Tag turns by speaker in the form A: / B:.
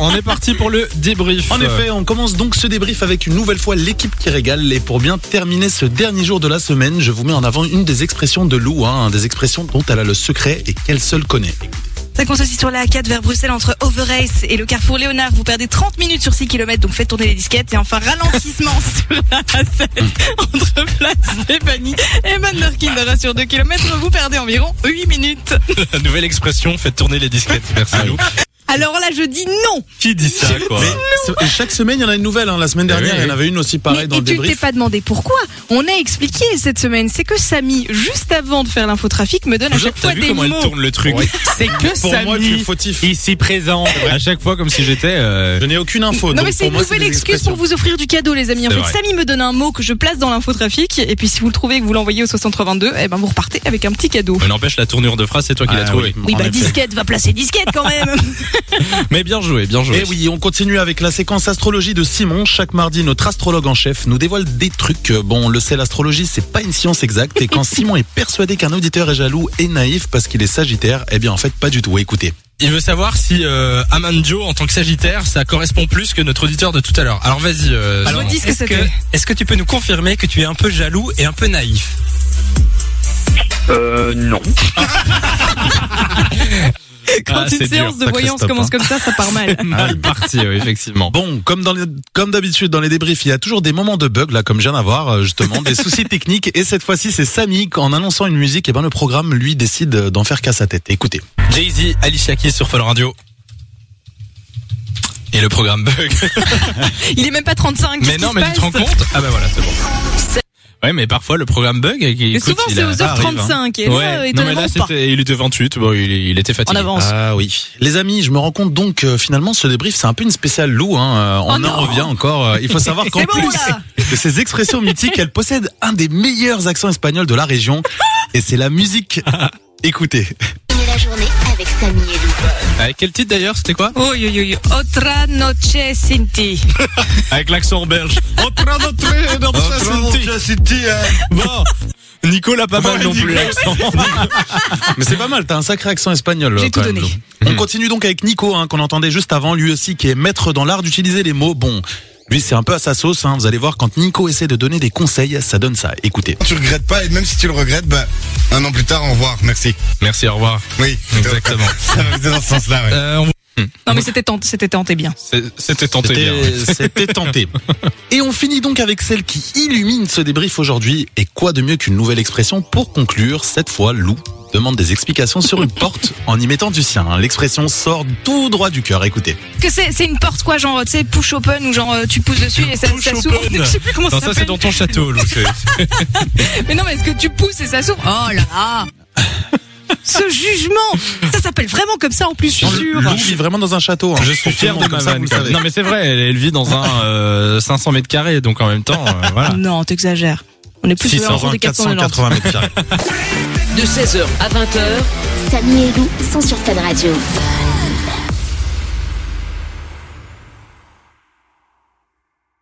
A: On est parti pour le débrief.
B: En effet, on commence donc ce débrief avec une nouvelle fois l'équipe qui régale. Et pour bien terminer ce dernier jour de la semaine, je vous mets en avant une des expressions de Lou, hein, des expressions dont elle a le secret et qu'elle seule connaît.
C: Ça compte aussi sur la A4 vers Bruxelles entre Overace et le carrefour Léonard. Vous perdez 30 minutes sur 6 km, donc faites tourner les disquettes. Et enfin, ralentissement sur la A7 entre Place Stéphanie et Manderkinder. Sur 2 km, vous perdez environ 8 minutes.
A: La nouvelle expression, faites tourner les disquettes. Merci Lou.
C: Alors là, je dis non.
A: Qui dit ça quoi
B: Et chaque semaine, il y en a une nouvelle. hein. La semaine dernière,
A: oui,
B: il y en avait une aussi pareille
C: Eh Mais-
B: dans
C: et
B: le
C: tu ne t'es
B: débrief.
C: pas demandé pourquoi. On a expliqué cette semaine. C'est que Samy, juste avant de faire l'infotrafic, me donne à
A: Genre,
C: chaque
A: t'as
C: fois
A: vu
C: des
A: comment elle
C: mots.
A: tourne le truc
D: C'est que
A: Pour moi, tu es
D: Samy,
A: fautif.
D: ici présent, à chaque fois comme si j'étais... euh,
B: Je n'ai aucune
A: Oh
B: info.
C: Non
B: donc
C: mais c'est
B: pour
C: une
B: moi,
C: nouvelle
B: des
C: excuse
B: expressions.
C: pour vous offrir du cadeau les amis. En
A: C'est
C: fait,
A: vrai.
C: Samy me donne un mot que je place dans l'infotrafic et puis si vous le trouvez et que vous l'envoyez au 6322, eh ben vous repartez avec un petit cadeau.
A: Mais N'empêche, la tournure de phrase, c'est toi qui l'as
B: Ah,
A: trouvée.
C: Oui
B: en
C: bah
B: effet.
C: disquette va placer disquette quand même.
A: Ah, Mais bien joué, bien joué.
B: Et Eh oui, on continue avec la séquence astrologie de Simon. Chaque mardi, notre astrologue en chef nous dévoile des trucs. Bon, on le sait, l'astrologie, c'est pas une science exacte. Et quand Simon est persuadé qu'un auditeur est jaloux et naïf parce qu'il est sagittaire, eh bien, en fait, pas du tout. Écoutez.
A: Il veut savoir si euh, Amandjo, en tant que Sagittaire, ça correspond plus que notre auditeur de tout à l'heure. Alors vas-y. euh,
C: Alors,
A: Simon.
C: dis ce que
D: Est-ce que,
C: c'était.
D: est-ce que tu peux nous confirmer que tu es un peu jaloux et un peu naïf
E: Euh, non.
C: Quand
A: Ah,
C: une
A: c'est dur,
C: séance de
A: ça, hein.
C: voyance
A: Christophe, Ah,
C: commence comme ça, ça part mal.
A: Mal parti, oui, effectivement.
B: Bon, comme dans les- comme d'habitude dans les débriefs, il y a toujours des moments de bug là, comme je viens d'avoir euh, justement des soucis techniques. Et cette fois-ci, c'est Samy en annonçant une musique, eh ben le programme lui décide euh, d'en faire qu'à sa tête. Écoutez.
A: Jay-Z, Alicia Keys sur Fall Radio. Et le programme bug.
C: Il est même pas 35.
A: mais
C: qu'est-ce
A: non,
C: qui
A: mais
C: se
A: tu te
C: passe
A: rends compte Ah bah voilà, c'est bon. Ouais, mais parfois le programme bug.
C: Mais souvent c'est aux heures 35 et là, euh,
A: hein. non mais
C: étonnamment
A: là
C: pas.
A: c'était, il était 28, bon il, il était fatigué.
C: En avance.
B: Ah oui. Les amis, je me rends compte donc euh, finalement ce débrief c'est un peu une spéciale loup. Hein. euh, on
C: Oh non.
B: en revient encore. euh, il faut savoir qu'en
C: C'est bon,
B: plus
C: là.
B: de ces expressions mythiques, elle possède un des meilleurs accents espagnols de la région. Et c'est la musique. Écoutez.
F: Terminez la journée avec Samy et Lou.
A: Avec quel titre d'ailleurs C'était quoi
C: Oh yo yo yo. Otra noche sin ti.
A: Avec l'accent belge. En train d'entrer dans sa city.
G: hein.
A: Bon, Nico l'a pas mal non plus l'accent.
B: Mais c'est pas mal, t'as un sacré accent espagnol.
C: J'ai
B: euh,
C: tout
B: quand même,
C: donné.
B: Lou. On continue donc avec Nico, hein, qu'on entendait juste avant, lui aussi, qui est maître dans l'art d'utiliser les mots. Bon, lui, c'est un peu à sa sauce, hein, vous allez voir, quand Nico essaie de donner des conseils, ça donne ça. Écoutez.
G: tu le regrettes pas et même si tu le regrettes, bah, un an plus tard, au revoir, merci.
A: Merci, au revoir.
G: Oui,
A: Exactement.
G: ça va dans ce sens-là, ouais.
A: Euh, on-
C: Non mais c'était tenté, c'était tenté bien.
A: c'est- C'était tenté
B: C'était-
A: bien.
B: C'était tenté. Et on finit donc avec celle qui illumine ce débrief aujourd'hui. Et quoi de mieux qu'une nouvelle expression pour conclure Cette fois, Lou demande des explications sur une porte en y mettant du sien. Hein, L'expression sort tout droit du cœur. Écoutez.
C: Que c'est c'est une porte quoi genre tu sais push open ou genre euh, tu pousses dessus et ça,
A: Push
C: ça s'ouvre.
A: open.
C: Je sais plus comment
A: Non,
C: ça
A: Oh, ça c'est
C: s'appelle.
A: dans ton château, Lou. c'est-
C: Mais non, mais est-ce que tu pousses et ça s'ouvre Oh là là Ce jugement Ça s'appelle vraiment comme ça en plus, je suis
B: Lou
C: sûre.
B: vit vraiment dans un château. hein.
A: Je suis fier de
B: Comme
A: ma
B: ça, vous
A: vanne.
B: le
A: quand même.
B: savez.
A: Non mais c'est vrai, elle, elle vit dans un euh, 500 mètres carrés, donc en même temps, euh, voilà.
C: Non, t'exagères. On est plus sur
B: 600,
C: des 490.
B: 480 mètres carrés.
H: De 16h à 20h,
F: Samy et Lou sont sur Fun Radio.